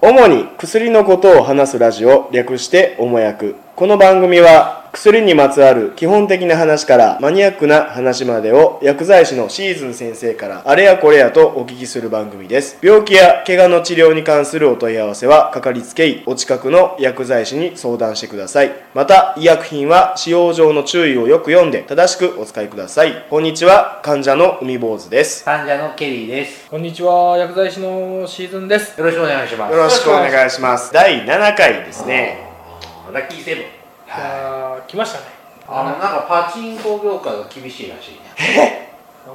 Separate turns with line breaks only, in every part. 主に薬のことを話すラジオ略しておもやくこの番組は薬にまつわる基本的な話からマニアックな話までを薬剤師のシーズン先生からあれやこれやとお聞きする番組です病気や怪我の治療に関するお問い合わせはかかりつけ医お近くの薬剤師に相談してくださいまた医薬品は使用上の注意をよく読んで正しくお使いくださいこんにちは患者の海坊主です
患者のケリーです。
こんにちは薬剤師のシーズンです
よろしくお願いします。
よろしくお願いします第7回ですね
あーラッキーセブン。
いやー来ましたね
あの、なんかパチンコ業界が厳しいらしいね。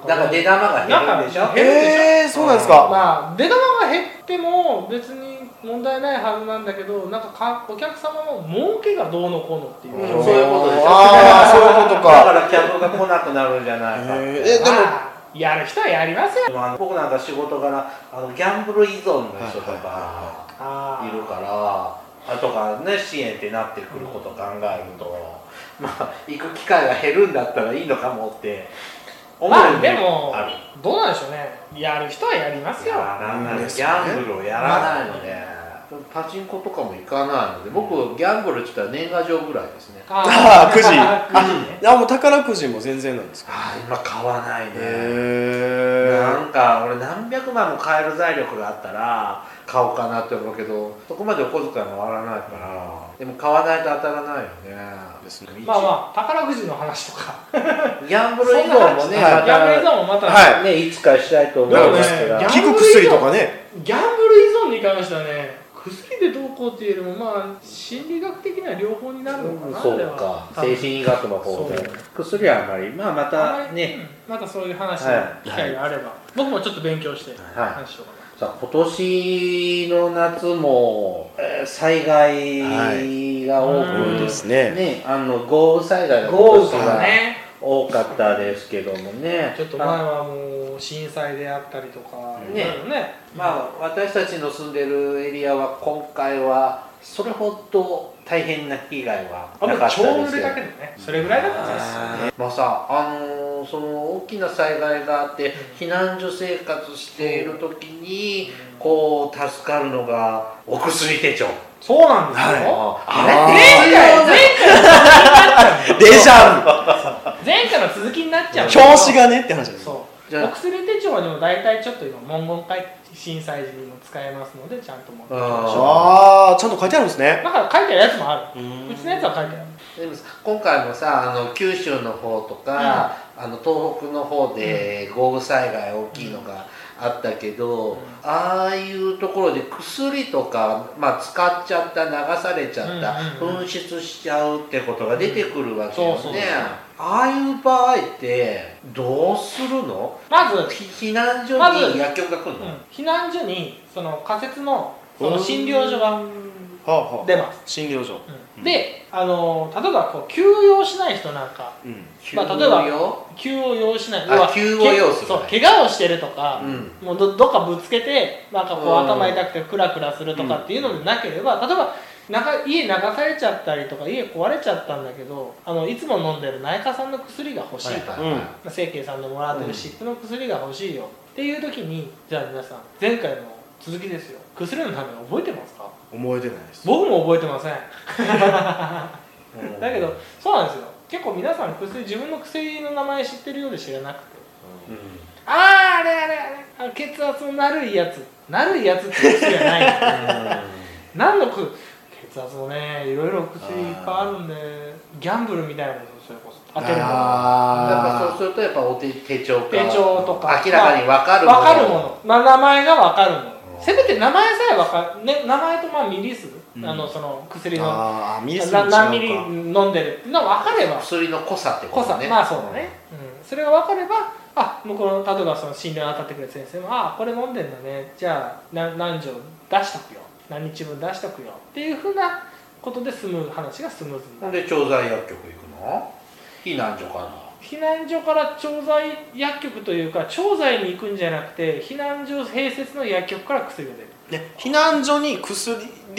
だから出
ね
玉が減るんでしょ
なんか減るでしょ
えー、そうなんですか
まあ出玉が減っても別に問題ないはずなんだけどなんかかお客様の儲けがどうのこうのっていう
うん
表現
そういうことでしょ
ああそういうこと
だか
から
客が来なくなるんじゃないか。
へーえでも
まあやる人はやりますよ
でもあの僕なんか仕事柄あのギャンブル依存の人
はい
と
はい
か
あー
いるからあとかね支援ってなってくることを考えるとまあ行く機会が減るんだったらいいのかもって思う
まあ
ん
でも
ある
どうなんでしょうねやる人はやります
や
よ
らない、
うん
ギャンブルをやらないので、パチンコとかも行かないので僕ギャンブルって言ったら年賀状ぐらいですね
あーくじ
あ
あもう宝くじも全然なんですか
ああ今買わないねな
へ
んか俺何百万も買える財力があったら買おうかなって思うけどそこまでお小遣いも回らないからでも買わないと当たらないよね
ですね
まあまあ宝くじの話とか
ギャンブル依存もね
そんな話
ま
ギャンブル依
た
存もまた、
はい
ねいつかしたいと思うんですけど
だからね
効く薬とかね
ギャンブル依存に関してはね薬でどうこうっていうよりもまあ心理学的な療法になるのかな
そう
あれは
か
多
精
分
神医学の方
そ
で
う
薬はあんまりまあま
あ
た
んまり
ね、
うんまたそういう話
はい
の機会があれば、僕もちょっと勉強して
はい
話しようかな、
さあ今年の夏も、えー災害が多
はい
く
うん
ですね
ねあの豪雨災害が
豪
今
雨
年
が
は
ね
多かったですけどもね
ちょっと前はもう震災であったりとか
ね
いろいろね
まあ私たちの住んでるエリアは今回はそれほど大変な被害は
あも
な
う
かったです
超
よ
売れだけどねそれぐらいだったんですよね
まあさあのーその大きな災害があって避難所生活している時にこう助かるのがお薬手帳
そうなんです
あ
よ、
あ
前
れ
回前回の続きになっちゃう
デジャ
前回の続きになっちゃう
ブ表紙がねって話です
そう
じゃあ
お薬手帳にも大体ちょっと今文言会震災時にも使えますのでちゃんと持ってきましょ
ああちゃんと書いてあるんですね
うだから書いてあるやつもあ
う
る
ん
うちのやつは書いてある
でもさ今回もさあの九州の方とか、あの東北の方で豪雨災害大きいのがあったけど、
うん
ああいうところで薬とか、まあ、使っちゃった流されちゃった、
うんうんうん
紛失しちゃうってことが出てくるわけよね、
そうそうそう
ああいう場合ってどうするの
まず、うん、
避難所
まず
に薬局が来るの、
避難所にその仮設のその診療所が
はあはあ
出ます、
診療所
うんであの例えばこう休養しない人なんか
うん
急
まあ例えば
よ
急を要しない
あ急を要する
けそう怪我をしてるとか、
うん
もうどどっかぶつけてなんかこう
うん
頭痛くてクラクラするとかっていうのでなければ、例えばなんか家流されちゃったりとか家壊れちゃったんだけどあのいつも飲んでる内科さんの薬が欲しいと
は
か
いはいは
うん
い
まあ整形さんでもらってる湿布の薬が欲しいよ、っていう時にじゃあ皆さん前回の続きですよ薬の名前覚えてますか
覚えてないです
僕も覚えてません
うん
だけどそうなんですよ結構皆さん薬自分の薬の名前知ってるようで知らなくて
うん
あーあれあれあれあ血圧のなるいやつなるいやつって薬じゃない 何の薬血圧もねいろいろ薬いっぱいあるんでギャンブルみたいなものそれこそ当てるの
だからそ
あ
うするとやっぱお手手帳か
手帳とか
明らかに分かる
分かるもの、まあ、名前が分かるも
う
の
ん
せめて名前さえ分かる、ね、名前とまあミリ数、
うん
あのその薬の
あーミスに違
な
う
何ミリ
か
飲んでるっていうのは分かれば
薬の濃さってこ
濃
と
さ、
ね
まあそうだね、うん、それが分かればあ向こうの例えばその診療に当たってくれる先生もあこれ飲んでんだねじゃあな何錠出しとくよ何日分出しとくよっていうふうなことで済む話がスムーズにな
ほん
る
で調剤薬局行くの避難所かな
避難所から調剤薬局というか調剤に行くんじゃなくて避難所併設の薬局から薬が出る
ね避難所に薬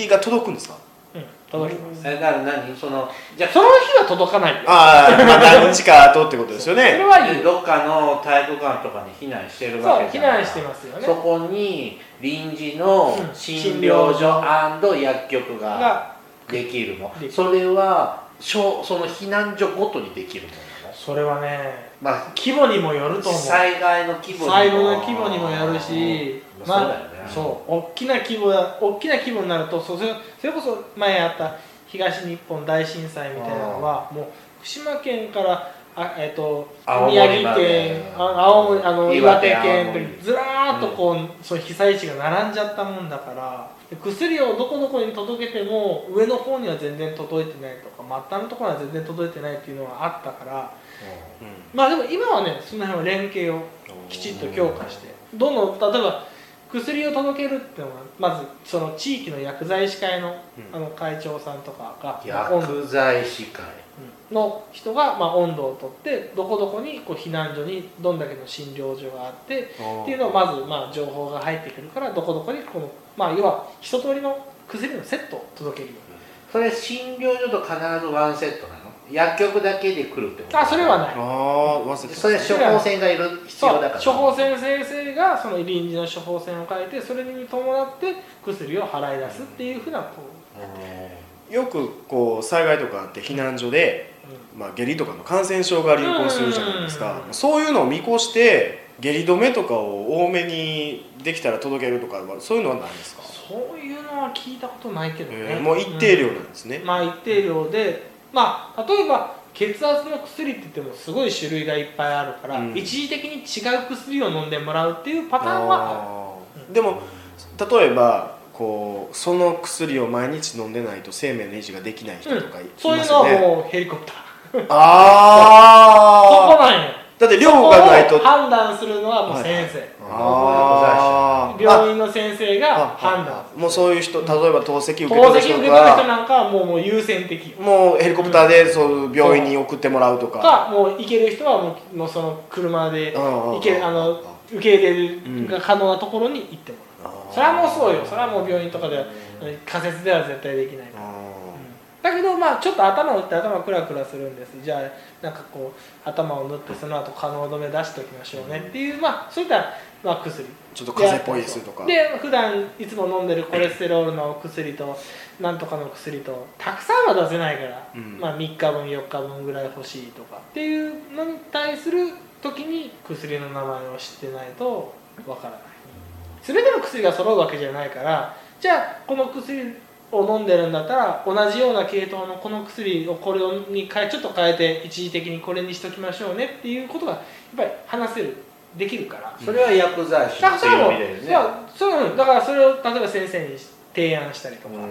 が届くんですか
うん、届きます、
えだから何そのじゃあ
その日は届かないよ
ああ、まあ、何日か後ってことですよ
そ れ
ね。
は言う
どっかの体育館とかに避難してる
そう
わけ
避
じゃない
難してますよね
そこに臨時の
うん
診療所薬局が
が
できるの
できる
それは小その避難所ごとにできるものなの
それはね
まあ
規模にもよると思う
災害の規模にも
細部の規模にもよるし、
まあ
まあ、そう
そう
大きな規模だ大きな規模になるとそうそれそれこそ前あった東日本大震災みたいなのはもう福島県からあえっ、と
青森
宮
まで
城県あ青森あの岩
岩手
手県
青森
ずらーっとこう、その被災地が並んじゃったもんだからで薬をどこどこに届けても上の方には全然届いてないとか末端のところには全然届いてないっていうのはあったから
だ
まあでも今はねその辺は連携をきちっと強化してどの例えば薬を届けるっていうのはまずその地域の薬剤師会の,、
うん
あの会長さんとかが
よ
まあ
ね
温度
薬剤師会
の人が、まあ、温度をとってどこどこにこう避難所にどんだけの診療所があってっていうのをまず、まあ、情報が入ってくるからどこどこにこの、まあ、要は一通りの薬のセットを届けるよう
それ診療所と必ずワンセットなの薬局だけで来るってこと
にあそれはない
ああ、忘れてた
それは処方箋がいる必
そう
要だから
処方箋先生がその臨時の処方箋を書いてそれに伴って薬を払い出すっていうふうなこ
よくこう災害とかあって避難所で、
う、うん
まあ、下痢とかの感染症が流行するじゃないですか
うん
そういうのを見越して下痢止めとかを多めにできたら届けるとかはそういうのはないんですか、
そういうのは聞いたことないけどね、
えーもう一定量
う
なんですね、
んまあ一定量でまあ例えば血圧の薬って言ってもすごい種類がいっぱいあるから、
うん
一時的に違う薬を飲んでもらうっていうパターンはあ
あーでも例えばこうその薬を毎日飲んでないと生命の維持ができない人とかい
るそう
ま
いう
す
の
よ
は
ね、
もうヘリコプター
あ
そこ
あ
なんよ
だって
そ
量
こを
がないと
判断するのはもう先生、
あー
病院の先生が判断
あもうそういう人例えば透析受け
透
取る人
析受け取る人
とか
なんかはもうもう優先的よ
もうヘリコプターでそういう病院に送ってもらうとか
かもう行ける人はもうもうその車で
行
行けあの受け入れるが可能なところに行ってもらう、それはもうそうよそれはもう病院とかでは仮設では絶対できないから、だけどまあちょっと頭を打って頭クラクラするんですじゃあなんかこう頭を塗ってその後可能止め出しておきましょうねっていうまあそういった、まあ、薬
ちょっと風邪っぽいですとか
で普段いつも飲んでるコレステロールの薬となんとかの薬とたくさんは出せないから、
うん
まあ、3日分4日分ぐらい欲しいとかっていうのに対する時に薬の名前を知ってないとわからない全ての薬が揃うわけじゃないからじゃあこの薬を飲んでるんだったら同じような系統のこの薬をこれに変えちょっと変えて一時的にこれにしときましょうねっていうことがやっぱり話せるできるから
それは薬剤師
だ
の
からそれ
強
も
みだよね
そうそううんだからそれを例えば先生に提案したりとか、
う
うん
ん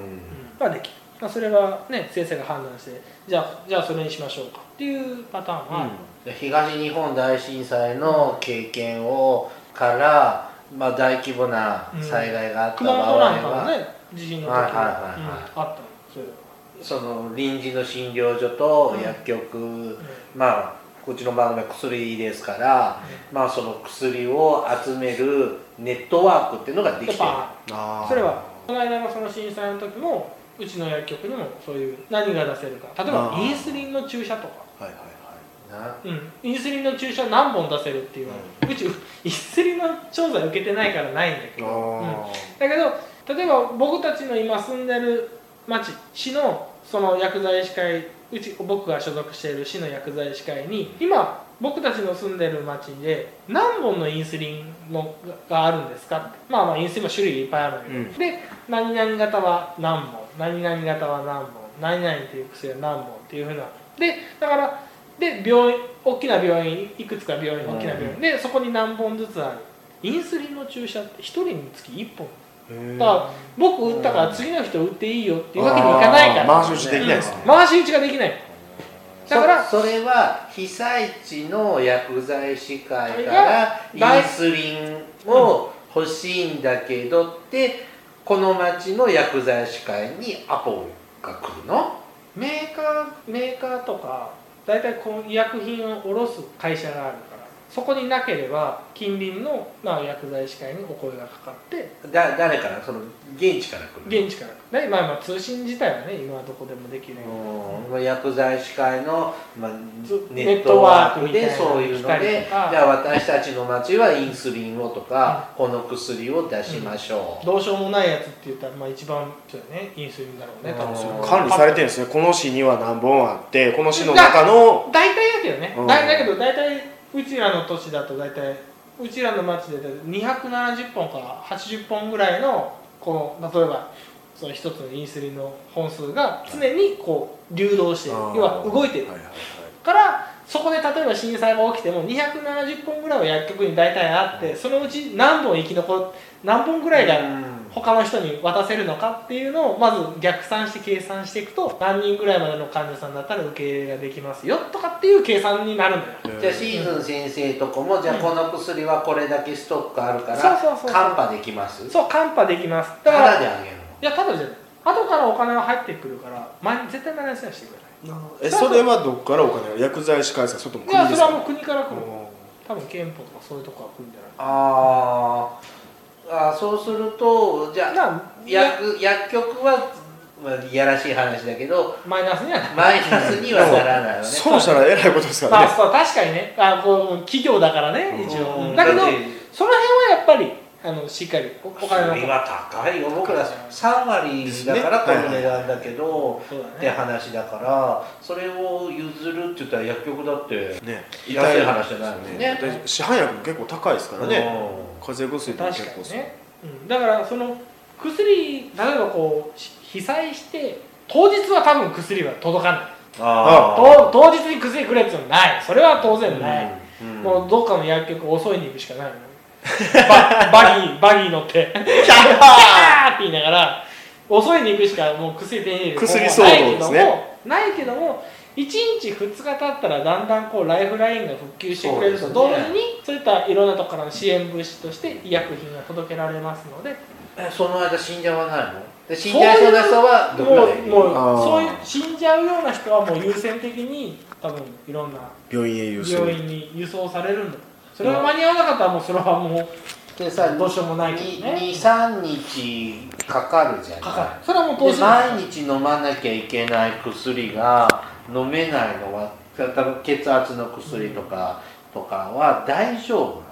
まあできる、まあ、それはね先生が判断してじゃあじゃあそれにしましょうかっていうパターンは、
東日本大震災の経験をから、まあ、大規模な災害があった
熊
場合
本なんか
は、
はね地震の時
はいはいはい
うんあ
は
ったのそういうの
その臨時の診療所と薬局、まあこっちの番組は薬ですから、まあ、その薬を集めるネットワークっていうのがで
や
き
って
る
ぱそれはこの間のその震災の時もうちの薬局にもそういう何が出せるか例えば
あー
インスリンの注射とか
はいはいはい
な
うん、インスリンの注射何本出せるっていうのは、うちインスリンの調査受けてないからないんだけど、うんだけど例えば僕たちの今住んでる町市のその薬剤師会うち僕が所属している市の薬剤師会に今僕たちの住んでる町で何本のインスリンのががあるんですかってまあまあインスリンも種類いっぱいあるんだけど、
うん
で何々型は何本何々型は何本何々っていう薬は何本っていうふうなでだからで病院大きな病院いくつか病院大きな病院、でそこに何本ずつあるインスリンの注射って1人につき1本
うん
だから僕打ったから次の人打っていいよっていうわけにいかないから
あー回し打ちできないですね
うん回し打ちができないだから
そそれは被災地の薬剤師会から
が
インスリンを欲しいんだけどってこの町の薬剤師会にアポが来るの
メーカーメーカーとか大体こう医薬品を卸す会社があるからそこになければ近隣の、まあ、薬剤師会にお声がかかって
だ誰からその現地から来る
現地から、ねまあ、まあ通信自体はね今はどこでもできるように
うんまあ薬剤師会の、まあ、ネ
ネ
ッ
ッ
ト
ト
ワー
ワー
ク
ク
で
で
そういうの
みたいなのが来たり
で
と
じ
か
ゃあ私たちの町はインスリンをとか、この薬を出しましょう、
どうしようもないやつって言ったら、まあ、一番そうだねインスリンだろうね多分そうれ
ん
は
管理されてるんですねこの市には何本あってこの市の中の
大体やけどね、
うん
だだけど大体うちらの都市だと大体うちらの町で270本から80本ぐらいのこの例えばその一つのインスリンの本数が常にこう流動している要は動いている
はいはいはい
からそこで例えば震災が起きても270本ぐらいは薬局に大体あってそのうち何本生き残何本ぐらいが
うん
他の人に渡せるのかっていうのをまず逆算して計算していくと何人ぐらいまでの患者さんだったら受け入れができますよとかっていう計算になるんだよ。
じゃあシーズン先生とこも、じゃあこの薬はこれだけストックあるから、
そうそうそうそう
カンパできます
そうカンパできます
た
だか
だ
らい
であげるの
やただじゃない後からお金が入ってくるから前絶対マイナスにはしてくれない
えそれはどこからお金が薬剤師会社それとも
いや
国で
それ
すか
はもう国から来る
うん
多分憲法とかそういうとこから来るんじゃない
あーあーそうするとじゃあ
な
薬薬局は、まあ、いやらしい話だけど
マイナスにはなる
マイナスにはならないよね
そうしたらえらいことですか
まあ
らね
そう確かにねあこう企業だからね一
う
応
ん
だけど
って
その辺はやっぱりあのしっかりおお金の
薬は高いよ僕ら3割だ
ね
からこの値段だけど、
そうだ
って
ね
話だからそれを譲るって言ったら薬局だって
ね
安い話じゃないもんね
痛いで市販薬も結構高いですからね
う
風邪薬も結
確か
構
に
そう
ね、うん、だからその薬例えばこうし被災して当日は多分薬は届かない
んあー
当当日に薬くれっていうのはないそれは当然ない、
うんうん
もうどっかの薬局遅いに行くしかないのババギーバギー乗って「キャー!」って言いながら遅いに行くしかもう薬手に入れる
薬
方法は
騒動ですね
ないけどもないけども1日2日経ったらだんだんこうライフラインが復旧してくれる
そ
と
うですね
同時にそういったいろんなところからの支援物資として医薬品が届けられますので
えその間死んじゃわないので死んじゃいそうな人はどこ
も
かで
うもう
あー
そういう死んじゃうような人はもう優先的に多分いろんな
病院へ輸送
病院に輸送されるんだそれが間に合わなかったらもうそれはもう
でさ
どうしようもないけどね
23日かかるじゃない
かかるそれはもう当
で
然
毎日飲まなきゃいけない薬が飲めないのはた多分血圧の薬とか、とかは大丈夫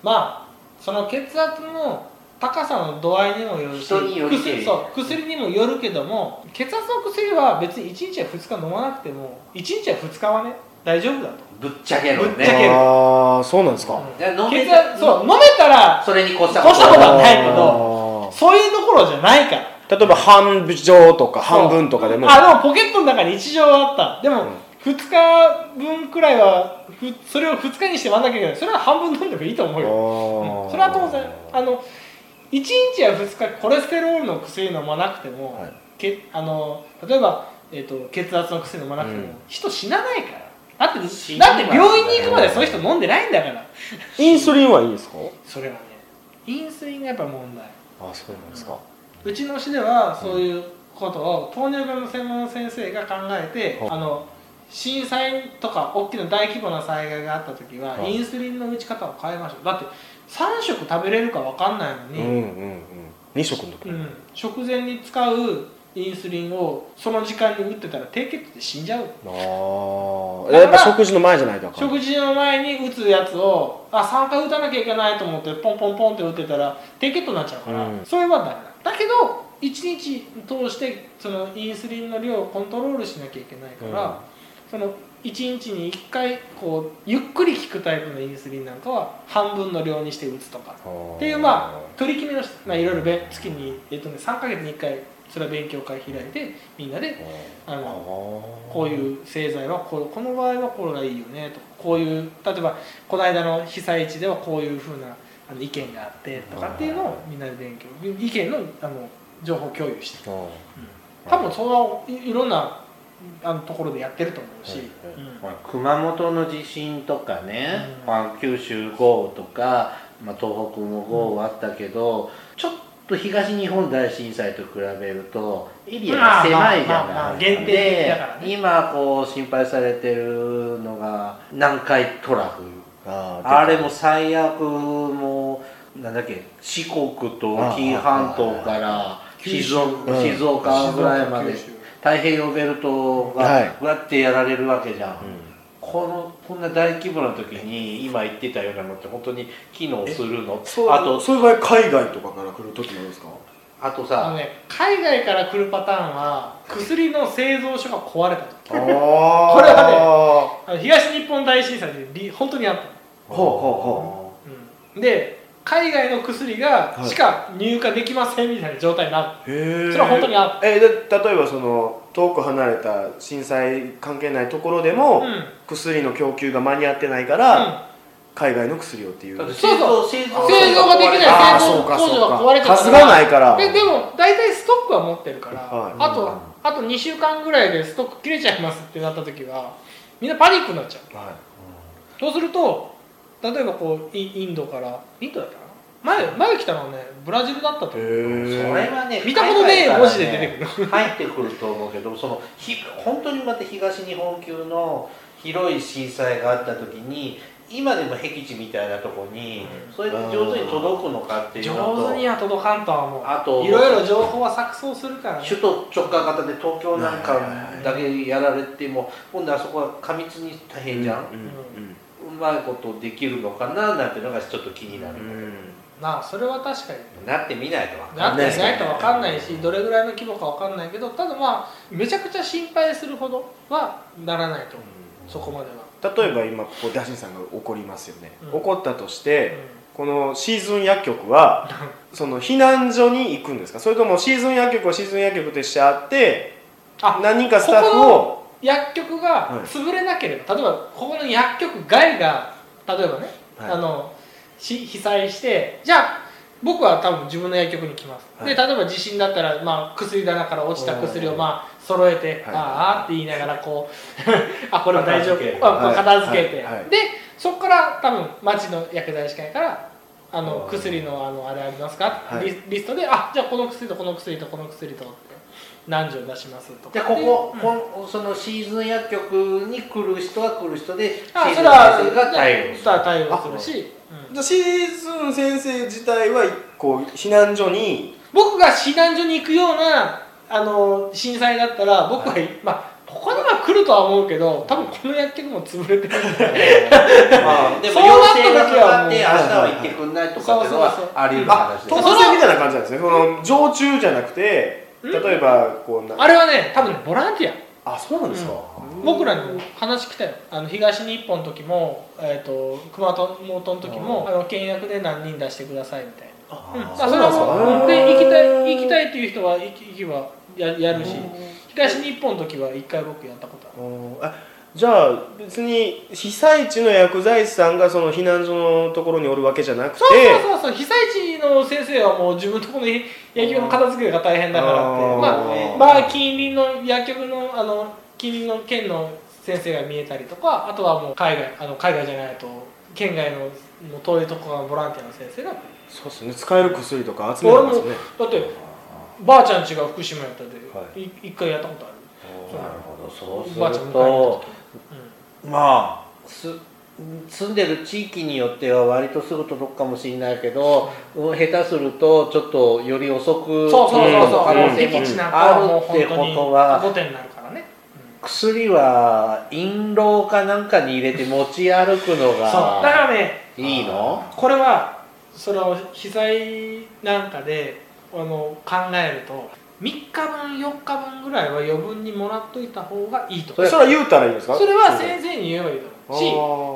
まあその血圧の高さの度合いにもよるし
人によりけり
薬そう薬にもよるけども血圧の薬は別に1日や2日飲まなくても1日や2日はね大丈夫だと
なのぶっちゃけの
ぶっちゃけ
ね
ああそうなんですか
うん
で飲め
血
た
圧そう飲めたら
それに越した
越したことはないけ
ど
そういうところじゃないから
例えば半錠とか半分とかでも
あでもポケットの中に1錠はあったでも、
うん
2日分くらいはふそれを2日にして割んなきゃいけないそれは半分飲んでもいいと思うよ、うんそれは当然あの1日や2日コレステロールの薬飲まなくても、
はい
けあの例えば、えー、と血圧の薬飲まなくても、
うん
人死なないからだってだって
死にますね
病院に行くまでその人飲んでないんだから
インスリンはいいんですか
それはねインスリンがやっぱ問題
あそうなんですか
うちの市ではそういうことを糖尿病の専門の先生が考えて、
はい
あの震災とか大きな大規模な災害があった時は、
はい
インスリンの打ち方を変えましょうだって3食食べれるか分かんないの
うんう
に、
んうん2食の時
うん食前に使うインスリンをその時間に打ってたら低血糖で死んじゃう
ああやっぱ食事の前じゃないとあかん
食事の前に打つやつをあ3回打たなきゃいけないと思ってポンポンポンって打ってたら低血糖になっちゃうから、
うん
それはダメだだけど1日通してそのインスリンの量をコントロールしなきゃいけないから、
うん
その1日に1回こうゆっくり効くタイプのインスリンなんかは半分の量にして打つとかっていうまあ取り決めのし、まあ、いろいろべ月に、えっとね、3ヶ月に1回それは勉強会開いてみんなであのこう
う
いう製剤はこうこの場合はこれがいいよねとかこういう例えばこの間の被災地ではこういうふうなあの意見があってとかっていうのをみんなで勉強意見のあの情報共有してる多分それはいいろんなあのところでやってると思うし、
はいはい
うん
まあ熊本の地震とかね、
うん
まあ、九州豪雨とか、まあ、東北も豪雨あったけど、ちょっと東日本大震災と比べるとエリアが狭いじ
まあまあま
ゃ
あ
ない、
限定的だからね
で今こう心配されてるのが南海トラフ
あー
あれも最悪もうなんだっけ四国と紀伊半島から
九州
静岡
うん
静岡ぐらいまで
静岡九州
太平洋ベルト
はい
がうわってやられるわけじゃん、このこんな大規模な時に今言ってたようなのって本当に機能するの
そう
あと
そういう場合海外とかから来る時なんですか
あと
あ
さ
のね海外から来るパターンは薬の製造所が壊れた時
ああこれはね
あの東日本大震災でり本当にあった
ほうほ
うんで海外の薬が
はい
しか入荷できませんみたいな状態になる、
へえ
それは本当にあ
えで例えばその遠く離れた震災関係ないところでも、
うん、うん
薬の供給が間に合ってないから、海外の薬をっていう
だって
あ
製造製造
製造ができない
あ
製
ー
造
そう
工
かそうか
場が壊れてた
数がないから
ででも大体ストックは持ってるから、
はい
あとあと2週間ぐらいでストック切れちゃいますってなった時はみんなパニックになっちゃう
は
そうすると例えばこうインインドからインドだったかな前前来たのはねブラジルだったと
いへ
思う
そ
え
れはね
見たことねえ文字で出てくる
る入ってくると思うけどそのひ本当にまた東日本級の広い震災があった時に今でも僻地みたいなとこにそれで上手に届くのかっていうのと
上手には届かんとは思う
あと
いろいろ情報は錯綜するからね
首都直下型で東京なんかだけやられても今度あそこは過密に大変じゃん、
うんうん
うまいことできるのかななんてのがちょっと気になる、
うん
まあそれは確かに
なってみないとわかんない
なって
ね
ないと分かんないしどれぐらいの規模か分かんないけどただまあめちゃくちゃ心配するほどはならないと思うそこまでは、
例えば今ここでシンさんが怒りますよね、
うん
怒ったとし
う
て、
ん
このシーズン薬局 はその避難所に行くんですかそれともシーズン薬局はシーズン薬局としてあって
あ
何人かスタッフを
薬局が潰れなければ、例えばここの薬局外が例えばね、
はい
あのし被災してじゃあ僕は多分自分の薬局に来ます、
はい
で例えば地震だったら、まあ、薬棚から落ちた薬を
おー
まあ揃えて、
はい
ああって言いながらこう あこれは大丈夫
片付け
あこれ片付けて、
はいはいはい
でそこから多分町の薬剤師会からあの
おー
薬のあのあれありますか、
はい
リリストであじゃあこの薬とこの薬とこの薬とって何錠出しますとか
じゃあここ、
うん
こん、そのシーズン薬局に来る人は来る人でシ
あ
ー
そ
ズン
れは
薬が対応する
対応するし、うん
じゃあシーズン先生自体はこう避難所に
僕が避難所に行くようなあの震災だったら僕は、まあここには来るとは思うけど多分この薬局も潰れてるんで
まあでも
そうな
要
った
請がかかって明
時
日
はもう
は行ってくんないとかっていうの
そうそう
は
そう
あり得る
あ
話
当
で
その
選みたいな感じなんですねその常駐じゃなくて
うん
例えばこうな
あれはね多分ねボランティア
あそうなんですか、
僕らにも話来たよあの東日本の時も、えー、と熊本の時もあの倹約で何人出してくださいみたいな。
あ
うん、あ
そう
そ
な
れ
ん
は
ですか
もう
へー
で行きたい行きたいっていう人は行き行けばややるし東日本の時は1回僕やったことある
うんあじゃあ別に被災地の薬剤師さんがその避難所のところにおるわけじゃなくて
そうそうそうそう被災地の先生はもう自分のところの野球の片付けが大変だからって
あー
まあまあ近隣の野球のあの近隣の県の先生が見えたりとかあとはもう海外あの海外じゃないと県外のもう遠いところのボランティアの先生が
そうですね使える薬とか集めるんですよね
だってばあちゃん家が福島やったで、、
はい
一回やったことある
なるほどそうす
ばあちゃ
る
ん迎えに行っ
と
た時、うん
まあす住んでる地域によっては割とすぐ届くかもしれないけど、うん下手するとちょっとより遅く
そうそうそうそう、あ
届く可
の
能性も
敵地なんかはもう
ある
本
って
当に
ことは
後手になるからね、
薬は陰謀かなんかに入れて持ち歩くの
そうだか
が
らね
いいの
これはその被災なんかであの考えると3日分4日分ぐらいは余分にもらっといた方がいいと
それは言うたらいいんですか
それは先生に言えばいいと思うし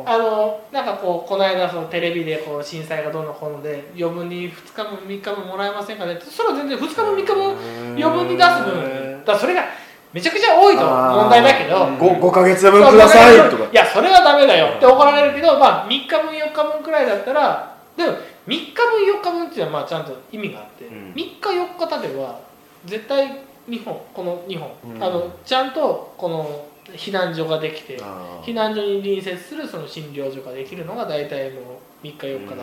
あー
あのなんかこうこの間そのテレビでこう震災がどうのこうので余分に2日分3日分もらえませんかねってそれは全然2日分3日分余分に出す分だからそれがめちゃくちゃ多いと問題だけど、
あーうん
ご5ヶ月分
そう
ください
だ
と
から
か
いやそれはダメだよって怒られるけど、まあ、3日分4日分くらいだったらでも3日分4日分っていうのはまあちゃんと意味があって、
うん
3日4日経てば絶対日本この日本、
うん
あのちゃんとこの避難所ができて
あー
避難所に隣接するその診療所ができるのが大体もう3日4日だか
う
ら、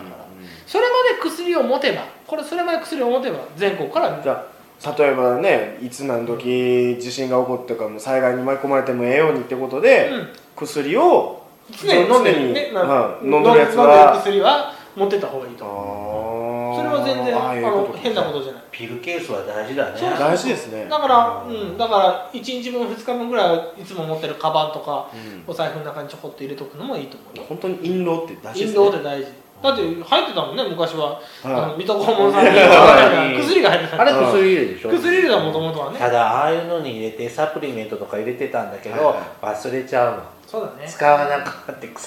それまで薬を持てばこれそれまで薬を持てば全国から
んじゃあ例えばねいつ何時地震が起こったかも災害に巻き込まれてもええようにってことで、
うん
薬を
常に
飲んでる
常にねな
はい飲んでるやつは
飲んでる薬は持ってった方がいいとそ
そ
れは全然あの変なこととじゃない
ピルケースは大事だね
そう
大事ですね
だから、うん、だから1日分2日分ぐらいはいつも持ってるカバンとか
うん
お財布の中にちょこっと入れとくのもいいと思うよ
本当に印籠って大事です
陰謀
ね
って大事だって入ってたもんね昔は、あ
は
の水戸黄門さんに
はい
薬が入ってた
あれ薬入れでしょ
薬入れだもともとはね
ただああいうのに入れてサプリメントとか入れてたんだけど、
はい
忘れちゃうの
そうだね
使わなかった腐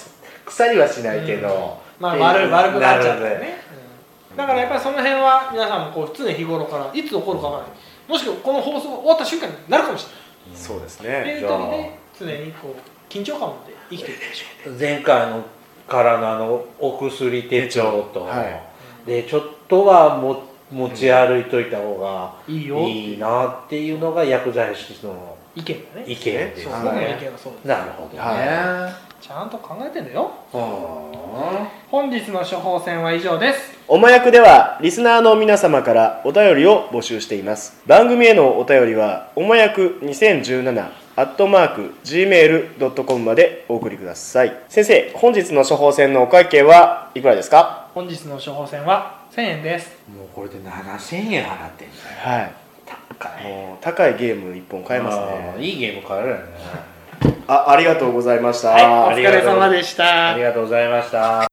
腐りはしないけど、
まあ悪い悪くなっちゃったよ
なる
ね、うんだからやっぱりその辺は皆さんもこう常日頃からいつ起こるかわからないもしくはこの放送が終わった瞬間になるかもし
いそうです
れない
ね
っていう時で常にこう緊張感を持って生きていくでし
ほ
ょ
ど前回のからのあのお薬手帳と、
はい
でちょっとはも持ち歩いといた方が
ういいよ
いいなっていうのが薬剤師の
意見が
意見
ね
です
そう
ね
僕の意見がそうです
なるほどね、
は
ちゃんと考えてるよ
うん
本日の処方箋は以上です
おまやくではリスナーの皆様からお便りを募集しています番組へのお便りはおまやく2017アットマーク gmail.com までお送りください先生本日の処方箋のお会計はいくらですか
本日の処方箋は1000円です
もうこれで7000円払ってんじ
はい
ゃん
もう高いゲーム1本買えますね
あーいいゲーム買えるよね
あありがとうございました、
はいお疲
ありが
れ
とう
様でした
ありがとうございました